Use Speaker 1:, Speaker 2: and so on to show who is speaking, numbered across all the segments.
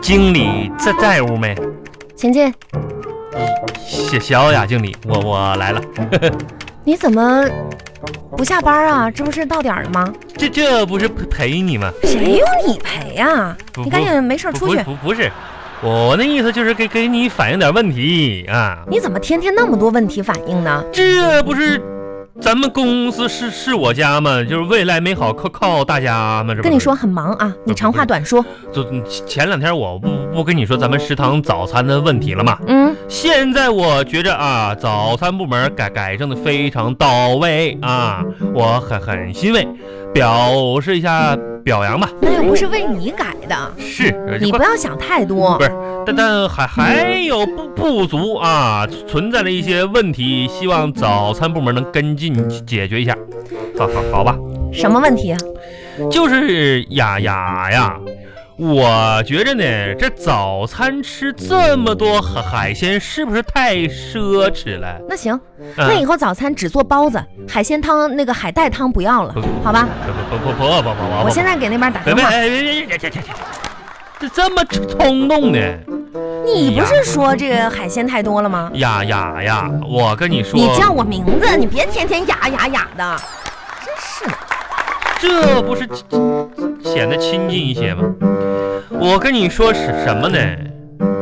Speaker 1: 经理在在屋没？
Speaker 2: 钱钱，
Speaker 1: 小小雅经理，我我来了。
Speaker 2: 你怎么不下班啊？这不是到点儿了吗？
Speaker 1: 这这不是陪你吗？
Speaker 2: 谁用你陪呀、
Speaker 1: 不
Speaker 2: 你赶紧没事儿
Speaker 1: 不
Speaker 2: 出
Speaker 1: 不
Speaker 2: 去。
Speaker 1: 不不是，我那意思就是给给你反映点问题啊。
Speaker 2: 你怎么天天那么多问题反应呢？
Speaker 1: 这不是咱们公司是是我家吗？就是未来美好靠靠大家吗？这不是
Speaker 2: 跟你说，很忙啊，你长话短说。
Speaker 1: 就前两天我不不跟你说咱们食堂早餐的问题了吗？
Speaker 2: 嗯，
Speaker 1: 现在我觉着啊，早餐部门改改正的非常到位啊，我很很欣慰，表示一下表扬吧。
Speaker 2: 那又不是为你改的，
Speaker 1: 是，
Speaker 2: 你不要想太多
Speaker 1: 不。是，但但还还有不不足啊，存在了一些问题，希望早餐部门能跟进解决一下。好好好吧，
Speaker 2: 什么问题啊？
Speaker 1: 就是雅雅呀，我觉着呢，这早餐吃这么多海海鲜，是不是太奢侈了？
Speaker 2: 那行，
Speaker 1: 啊
Speaker 2: 那以后早餐只做包子，海鲜汤那个海带汤不要了，好吧？
Speaker 1: 不不不不不不不！
Speaker 2: 我现在给那边打
Speaker 1: 别
Speaker 2: 电
Speaker 1: 别
Speaker 2: 话。
Speaker 1: 别别别别别！这这么冲动呢？
Speaker 2: 你不是说这个海鲜太多了吗？
Speaker 1: 呀呀呀！我跟你说，
Speaker 2: 你叫我名字，你别天天呀呀呀的，真是的。
Speaker 1: 这不是显得亲近一些吗？我跟你说是什么呢？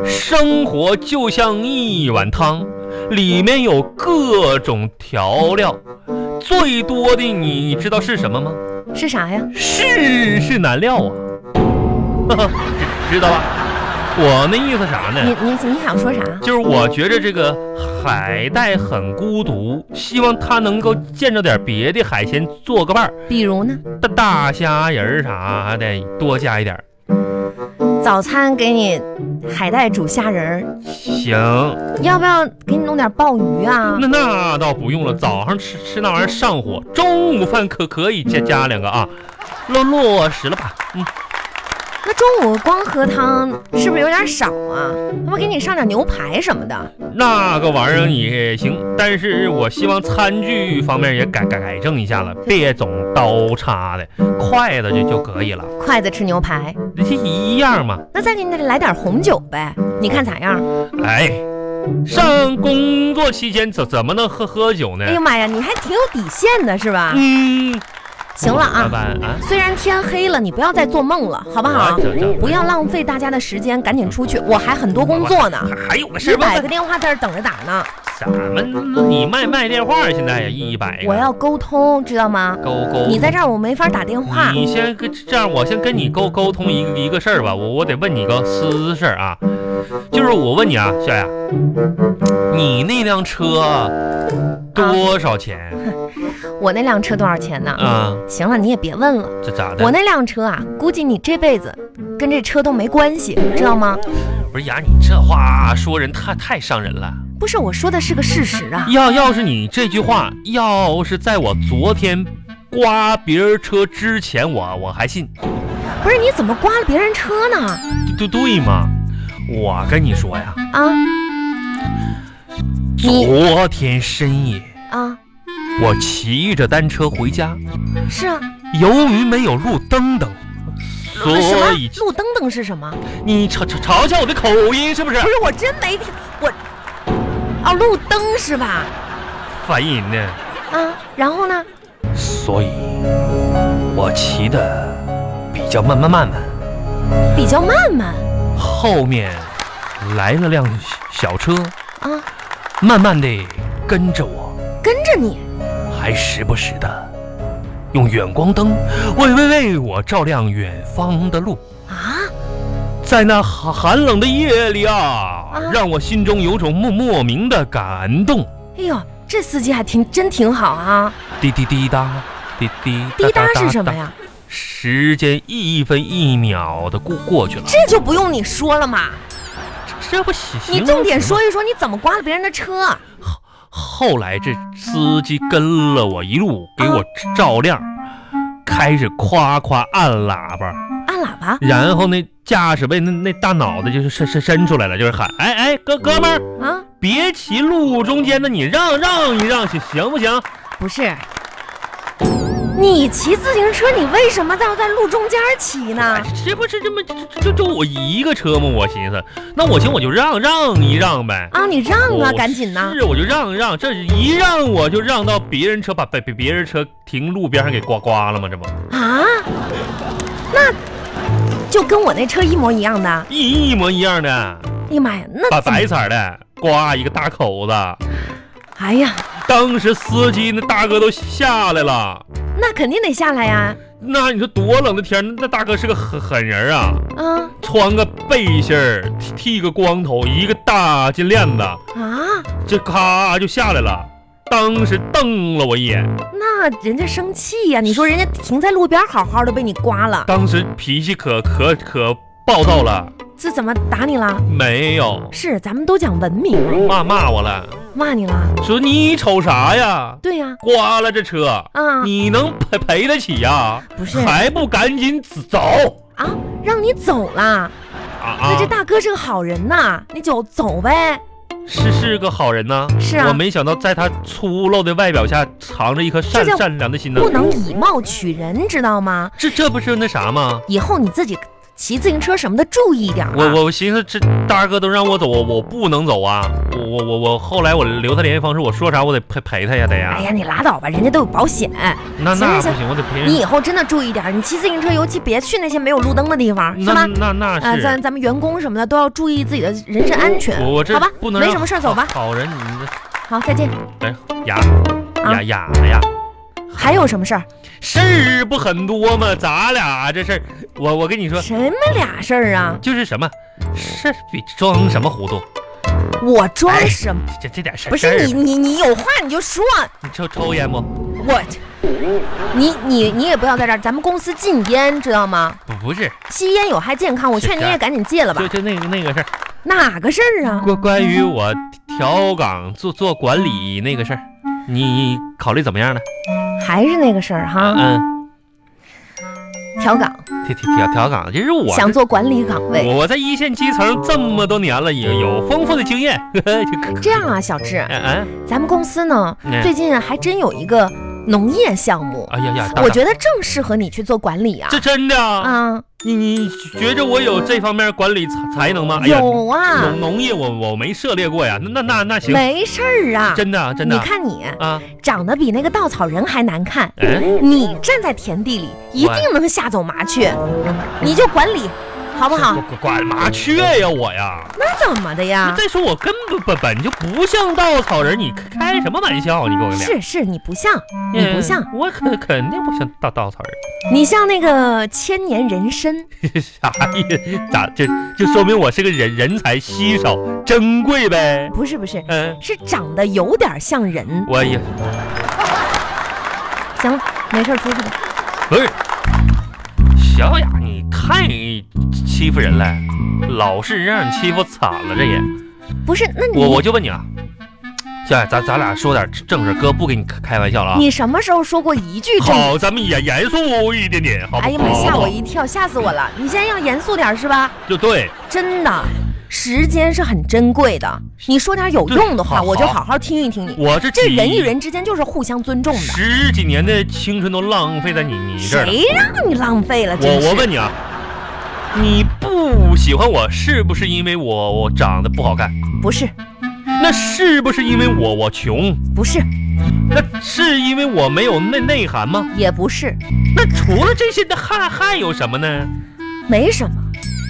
Speaker 1: 生活就像一碗汤，里面有各种调料，最多的你知道是什么吗？
Speaker 2: 是啥呀？
Speaker 1: 世事难料啊， 呵呵知知道吧？我那意思啥
Speaker 2: 你
Speaker 1: 呢？
Speaker 2: 你你想说啥？
Speaker 1: 就是我觉着这个海带很孤独，希望它能够见着点别的海鲜做个伴儿。
Speaker 2: 比如呢？
Speaker 1: 大大虾仁儿啥的多加一点儿，
Speaker 2: 早餐给你海带煮虾仁儿，
Speaker 1: 行，
Speaker 2: 要不要给你弄点鲍鱼啊？
Speaker 1: 那那倒不用了，早上吃吃那玩意儿上火，中午饭可可以再加两个啊，落落实了吧？嗯，
Speaker 2: 那中午光喝汤是不是有点少啊？要不给你上点牛排什么的？
Speaker 1: 那个玩意儿也行，但是我希望餐具方面也改改改正一下了，别总刀叉的，筷子就就可以了，
Speaker 2: 筷子吃牛排，
Speaker 1: 这一样嘛。
Speaker 2: 那再给你来点红酒呗，你看咋样？
Speaker 1: 哎，上工作期间怎怎么能喝喝酒呢
Speaker 2: 哎？呀妈呀，你还挺有底线的是吧？
Speaker 1: 嗯，
Speaker 2: 行了啊
Speaker 1: 老。板啊。
Speaker 2: 虽然天黑了，你不要再做梦了，好不好
Speaker 1: 我这这？
Speaker 2: 不要浪费大家的时间，赶紧出去，我还很多工作呢。
Speaker 1: 还还有个事
Speaker 2: 一
Speaker 1: 儿吗？
Speaker 2: 百个电话在这等着打呢，
Speaker 1: 咱们你卖卖电话现在也一百个，
Speaker 2: 我要沟通，知道吗？
Speaker 1: 沟沟。
Speaker 2: 你在这儿我没法打电话。
Speaker 1: 你先跟这样，我先跟你沟沟通一个一个事儿吧，我我得问你个私事儿啊，就是我问你啊，小雅，你那辆车啊多少钱
Speaker 2: 我那辆车多少钱呢？
Speaker 1: 啊？
Speaker 2: 行了，你也别问了。
Speaker 1: 这咋的？
Speaker 2: 我那辆车啊，估计你这辈子跟这车都没关系，知道吗？
Speaker 1: 不是雅，你这话说人太太伤人了。
Speaker 2: 不是，我说的是个事实啊。
Speaker 1: 要要是你这句话，要是在我昨天刮别人车之前我，我还信。
Speaker 2: 不是，你怎么刮了别人车呢？
Speaker 1: 对对吗？我跟你说呀，
Speaker 2: 啊你
Speaker 1: 昨天深夜
Speaker 2: 啊，
Speaker 1: 我骑着单车回家，
Speaker 2: 是啊。
Speaker 1: 由于没有路灯灯，所
Speaker 2: 那什么
Speaker 1: 以
Speaker 2: 路灯灯是什么？
Speaker 1: 你瞧瞧瞧瞧我的口音是不是
Speaker 2: 不是，我真没听我。哦，路灯是吧？
Speaker 1: 反音呢？
Speaker 2: 啊，然后呢？
Speaker 1: 所以，我骑的比较慢慢慢慢，
Speaker 2: 比较慢慢
Speaker 1: 后面来了辆小车，
Speaker 2: 啊，
Speaker 1: 慢慢的跟着我。
Speaker 2: 跟着你。
Speaker 1: 还时不时的用远光灯为为为我照亮远方的路。
Speaker 2: 啊，
Speaker 1: 在那寒寒冷的夜里啊，让我心中有种莫莫名的感动。
Speaker 2: 哎呦，这司机还挺真挺好啊！
Speaker 1: 滴滴滴答，滴滴
Speaker 2: 滴答是什么？呀？
Speaker 1: 时间一分一秒的过过去了，
Speaker 2: 这就不用你说了嘛，
Speaker 1: 这不行？
Speaker 2: 你重点说。一说你怎么刮了别人的车。
Speaker 1: 后来这司机跟了我一路，给我照亮，开始夸夸按喇叭。
Speaker 2: 按喇叭，
Speaker 1: 然后那驾驶位那那大脑袋就是伸伸伸出来了，就是喊，哎哎，哥哥们儿，
Speaker 2: 啊，
Speaker 1: 别骑路中间的，你让让一让行行不行？
Speaker 2: 不是，你骑自行车，你为什么要在路中间骑呢
Speaker 1: 哎？这不是这么就就就我一个车吗？我寻思，那我行我就让让一让呗。
Speaker 2: 啊，你让啊，
Speaker 1: 我
Speaker 2: 赶紧呐！
Speaker 1: 是，我就让让，这一让我就让到别人车，把被被别人车停路边上给刮刮了吗？这不
Speaker 2: 啊，那就跟我那车一模一样的。
Speaker 1: 一一模一样的，
Speaker 2: 哎呀妈呀，那
Speaker 1: 把
Speaker 2: 怎么
Speaker 1: 白色儿的刮一个大口子，
Speaker 2: 哎呀，
Speaker 1: 当时司机那大哥都下来了。
Speaker 2: 那肯定得下来呀、
Speaker 1: 那你说多冷的天儿，那大哥是个狠狠人儿啊，
Speaker 2: 啊。嗯
Speaker 1: 穿个背心儿，剃剃个光头，一个大金链子，
Speaker 2: 啊，
Speaker 1: 这咔就下来了。当时瞪了我一眼，
Speaker 2: 那人家生气呀、你说人家停在路边好好的被你刮了，
Speaker 1: 当时脾气可可可暴躁了，
Speaker 2: 是怎么打你了？
Speaker 1: 没有
Speaker 2: 是，咱们都讲文明，
Speaker 1: 骂骂我了，
Speaker 2: 骂你了。
Speaker 1: 说你瞅啥呀？
Speaker 2: 对呀、
Speaker 1: 刮了这车，
Speaker 2: 啊，
Speaker 1: 你能赔赔得起呀？
Speaker 2: 不是
Speaker 1: 还不赶紧走
Speaker 2: 啊，让你走了。
Speaker 1: 啊
Speaker 2: 那
Speaker 1: 啊
Speaker 2: 这！大哥是个好人呐，你就走呗。
Speaker 1: 是是个好人呐，
Speaker 2: 是啊
Speaker 1: 我没想到在他粗陋的外表下藏着一颗善
Speaker 2: 这叫
Speaker 1: 善良的心呢
Speaker 2: 不。能以貌取人，知道吗？
Speaker 1: 这这不是那啥吗？
Speaker 2: 以后你自己骑自行车什么的注意一点、啊。
Speaker 1: 我我我寻思这大哥都让我走，我我不能走啊！我我我我后来我留他联系方式，我说啥我得陪陪他呀，得呀
Speaker 2: 哎。呀，你拉倒吧，人家都有保险。
Speaker 1: 哎那
Speaker 2: 行
Speaker 1: 那不
Speaker 2: 行
Speaker 1: 行，我得陪
Speaker 2: 你
Speaker 1: 人。
Speaker 2: 以后真的注意点儿，你骑自行车尤其别去那些没有路灯的地方，是
Speaker 1: 那
Speaker 2: 吧？
Speaker 1: 那那
Speaker 2: 呃，
Speaker 1: 是。
Speaker 2: 咱咱们员工什么的都要注意自己的人身安全，
Speaker 1: 我我这
Speaker 2: 好吧？
Speaker 1: 不能
Speaker 2: 没
Speaker 1: 让
Speaker 2: 什么事儿，走吧。
Speaker 1: 好好人，你
Speaker 2: 好，再见。
Speaker 1: 这哑
Speaker 2: 啊
Speaker 1: 哑哑呀，
Speaker 2: 还有什么事儿？
Speaker 1: 事儿不很多吗？咱俩这事儿，我我跟你说，
Speaker 2: 什么俩事儿啊？
Speaker 1: 就是什么事儿比装什么糊涂，
Speaker 2: 我装
Speaker 1: 哎
Speaker 2: 什么？
Speaker 1: 这这点事儿
Speaker 2: 不
Speaker 1: 事儿
Speaker 2: 是你你你有话你就说，
Speaker 1: 你抽抽烟不？
Speaker 2: 我，你你你也不要在这儿，咱们公司禁烟，知道吗？
Speaker 1: 不不是，
Speaker 2: 吸烟有害健康，我
Speaker 1: 是
Speaker 2: 劝
Speaker 1: 是
Speaker 2: 您也赶紧戒了吧
Speaker 1: 就。就那个那个事儿，
Speaker 2: 哪个事儿啊？
Speaker 1: 关关于我调岗做做管理那个事儿，你考虑怎么样呢？
Speaker 2: 还是那个事儿哈，
Speaker 1: 嗯，
Speaker 2: 调岗，
Speaker 1: 调调调调岗，就是我
Speaker 2: 想做管理岗位。
Speaker 1: 我我在一线基层这么多年了，有有丰富的经验。 呵呵就可
Speaker 2: 这样啊，小志，
Speaker 1: 嗯嗯，
Speaker 2: 咱们公司呢
Speaker 1: 嗯
Speaker 2: 最近还真有一个农业项目，
Speaker 1: 哎呀呀，大
Speaker 2: 我
Speaker 1: 大
Speaker 2: 觉得正适合你去做管理啊。
Speaker 1: 这真的啊？
Speaker 2: 啊，
Speaker 1: 你你觉着我有这方面管理才才能吗？哎呀，
Speaker 2: 有啊
Speaker 1: 农，农业我我没涉猎过呀。那那那那行，
Speaker 2: 没事儿啊。
Speaker 1: 真的啊真的
Speaker 2: 你
Speaker 1: 啊
Speaker 2: 看你
Speaker 1: 啊，
Speaker 2: 长得比那个稻草人还难看，
Speaker 1: 嗯，
Speaker 2: 你站在田地里一
Speaker 1: 我
Speaker 2: 定能吓走麻雀，你就管理，好不好？
Speaker 1: 管管麻
Speaker 2: 嗯
Speaker 1: 雀呀我呀。
Speaker 2: 那怎么的呀？
Speaker 1: 再说我根本本本就不像稻草人，你开什么玩笑？你跟我俩
Speaker 2: 是是，你不像，你不像，
Speaker 1: 嗯我肯肯定不像稻稻草人，
Speaker 2: 你像那个千年人参。
Speaker 1: 啥意思？咋这就说明我是个人人才稀少珍贵呗？
Speaker 2: 不是不是，
Speaker 1: 嗯，
Speaker 2: 是长得有点像人。
Speaker 1: 我也
Speaker 2: 行了，没事儿出去吧。
Speaker 1: 不是，小雅你太欺负人了，老是让人欺负惨了这也。
Speaker 2: 不是，那
Speaker 1: 我
Speaker 2: 你
Speaker 1: 我就问你啊，小雅，咱咱俩说点正事，哥不跟你开开玩笑了啊。
Speaker 2: 你什么时候说过一句真？
Speaker 1: 好，咱们严严肃一点点，好不好？
Speaker 2: 哎呀妈，吓我
Speaker 1: 好
Speaker 2: 一跳，吓死我了！你现在要严肃点儿是吧？
Speaker 1: 不好就对。
Speaker 2: 真的，时间是很珍贵的，你说点有用的话，
Speaker 1: 对好
Speaker 2: 我就好好听一听你。
Speaker 1: 我这
Speaker 2: 这
Speaker 1: 几
Speaker 2: 人与人之间就是互相尊重的，
Speaker 1: 十几年的青春都浪费在你你这儿了。
Speaker 2: 谁让你浪费了？
Speaker 1: 我
Speaker 2: 真是
Speaker 1: 我问你啊，你不喜欢我是不是因为我我长得不好看？
Speaker 2: 不是
Speaker 1: 那是不是因为我我穷？
Speaker 2: 不是
Speaker 1: 那是因为我没有内内涵吗？
Speaker 2: 也不是，
Speaker 1: 那除了这些，那还还有什么呢？
Speaker 2: 没什么。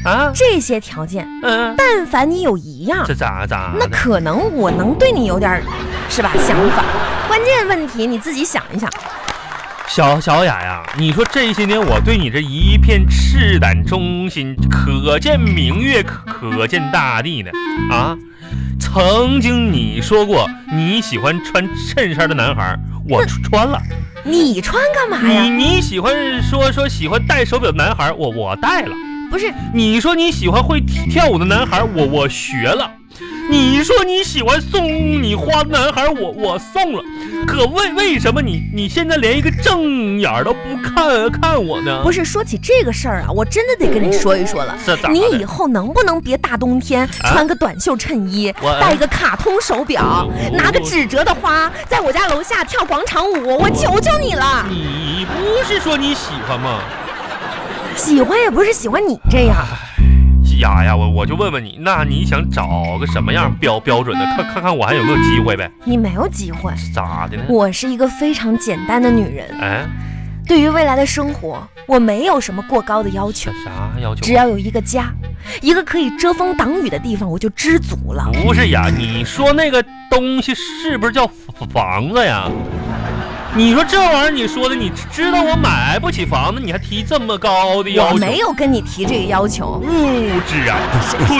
Speaker 1: 啊，
Speaker 2: 这些条件，
Speaker 1: 嗯、
Speaker 2: 但凡你有一样
Speaker 1: 这，咋咋
Speaker 2: 那
Speaker 1: 的？
Speaker 2: 可能我能对你有点儿，是吧？想法，关键问题你自己想一想。
Speaker 1: 小小雅呀，你说这些年我对你这一片赤胆忠心，可见明月，可可见大地呢啊！曾经你说过你喜欢穿衬衫的男孩，我穿了；
Speaker 2: 你穿干嘛
Speaker 1: 你
Speaker 2: 哎呀？
Speaker 1: 你喜欢说说喜欢戴手表的男孩，我我戴了；
Speaker 2: 不是，
Speaker 1: 你说你喜欢会跳舞的男孩，我我学了；你说你喜欢送你花的男孩，我我送了。可为为什么你你现在连一个正眼儿都不看看我呢？
Speaker 2: 不是，说起这个事儿啊，我真的得跟你说一说了。
Speaker 1: 这咋
Speaker 2: 你以
Speaker 1: 的？啊
Speaker 2: 后能不能别大冬天穿个短袖衬衣，
Speaker 1: 我
Speaker 2: 戴个卡通手表
Speaker 1: 我，
Speaker 2: 拿个纸折的花，在我家楼下跳广场舞？我求求你了！
Speaker 1: 你你不是说你喜欢吗？
Speaker 2: 喜欢也不是喜欢你这样，
Speaker 1: 哎呀呀，我我就问问你，那你想找个什么样标标准的？看看看我还有没有机会呗？
Speaker 2: 你没有机会。
Speaker 1: 咋的呢？
Speaker 2: 我是一个非常简单的女人，
Speaker 1: 哎，
Speaker 2: 对于未来的生活，我没有什么过高的要求
Speaker 1: 这，啥要求啊
Speaker 2: 只？要有一个家，一个可以遮风挡雨的地方，我就知足了。
Speaker 1: 不是呀，你说那个东西是不是叫房房子呀？你说这玩意儿，你说的，你知道我买不起房子，你还提这么高的要
Speaker 2: 我
Speaker 1: 求？
Speaker 2: 没有跟你提这个要求，
Speaker 1: 物质啊，呸！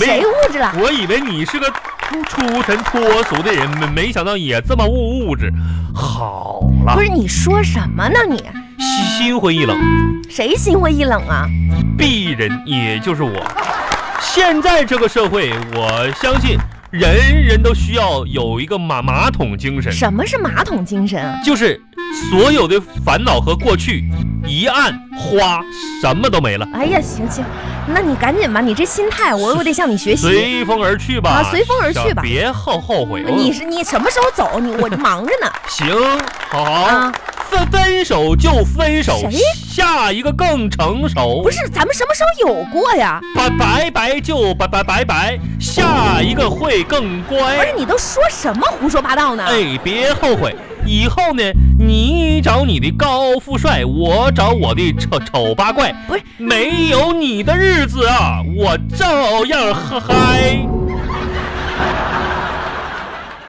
Speaker 1: 没
Speaker 2: 谁
Speaker 1: 有，
Speaker 2: 物质了？
Speaker 1: 我以为你是个出出尘脱俗的人，没没想到也这么物物质。好了
Speaker 2: 不，是你说什么呢你？
Speaker 1: 心心灰意冷，
Speaker 2: 谁心灰意冷啊？
Speaker 1: 鄙人也就是我。现在这个社会，我相信人人都需要有一个马马桶精神，
Speaker 2: 什么是马桶精神啊？
Speaker 1: 就是所有的烦恼和过去一按花，什么都没了，
Speaker 2: 哎呀，行行，那你赶紧吧，你这心态我我得向你学习。
Speaker 1: 随风而去吧，
Speaker 2: 啊随风而去吧
Speaker 1: 别后后悔。哦
Speaker 2: 你是你什么时候走？你我忙着 呢
Speaker 1: 行，好，
Speaker 2: 啊！
Speaker 1: 分分手就分手
Speaker 2: 谁，
Speaker 1: 下一个更成熟。
Speaker 2: 不是，咱们什么时候有过呀？
Speaker 1: 拜拜拜就拜拜拜拜，下一个会更
Speaker 2: 不
Speaker 1: 乖
Speaker 2: 哎是。你都说什么胡说八道呢？
Speaker 1: 哎，别后悔，以后呢，你找你的高富帅，我找我的丑丑八怪。
Speaker 2: 不是，
Speaker 1: 没有你的日子啊，我照样嗨嗨。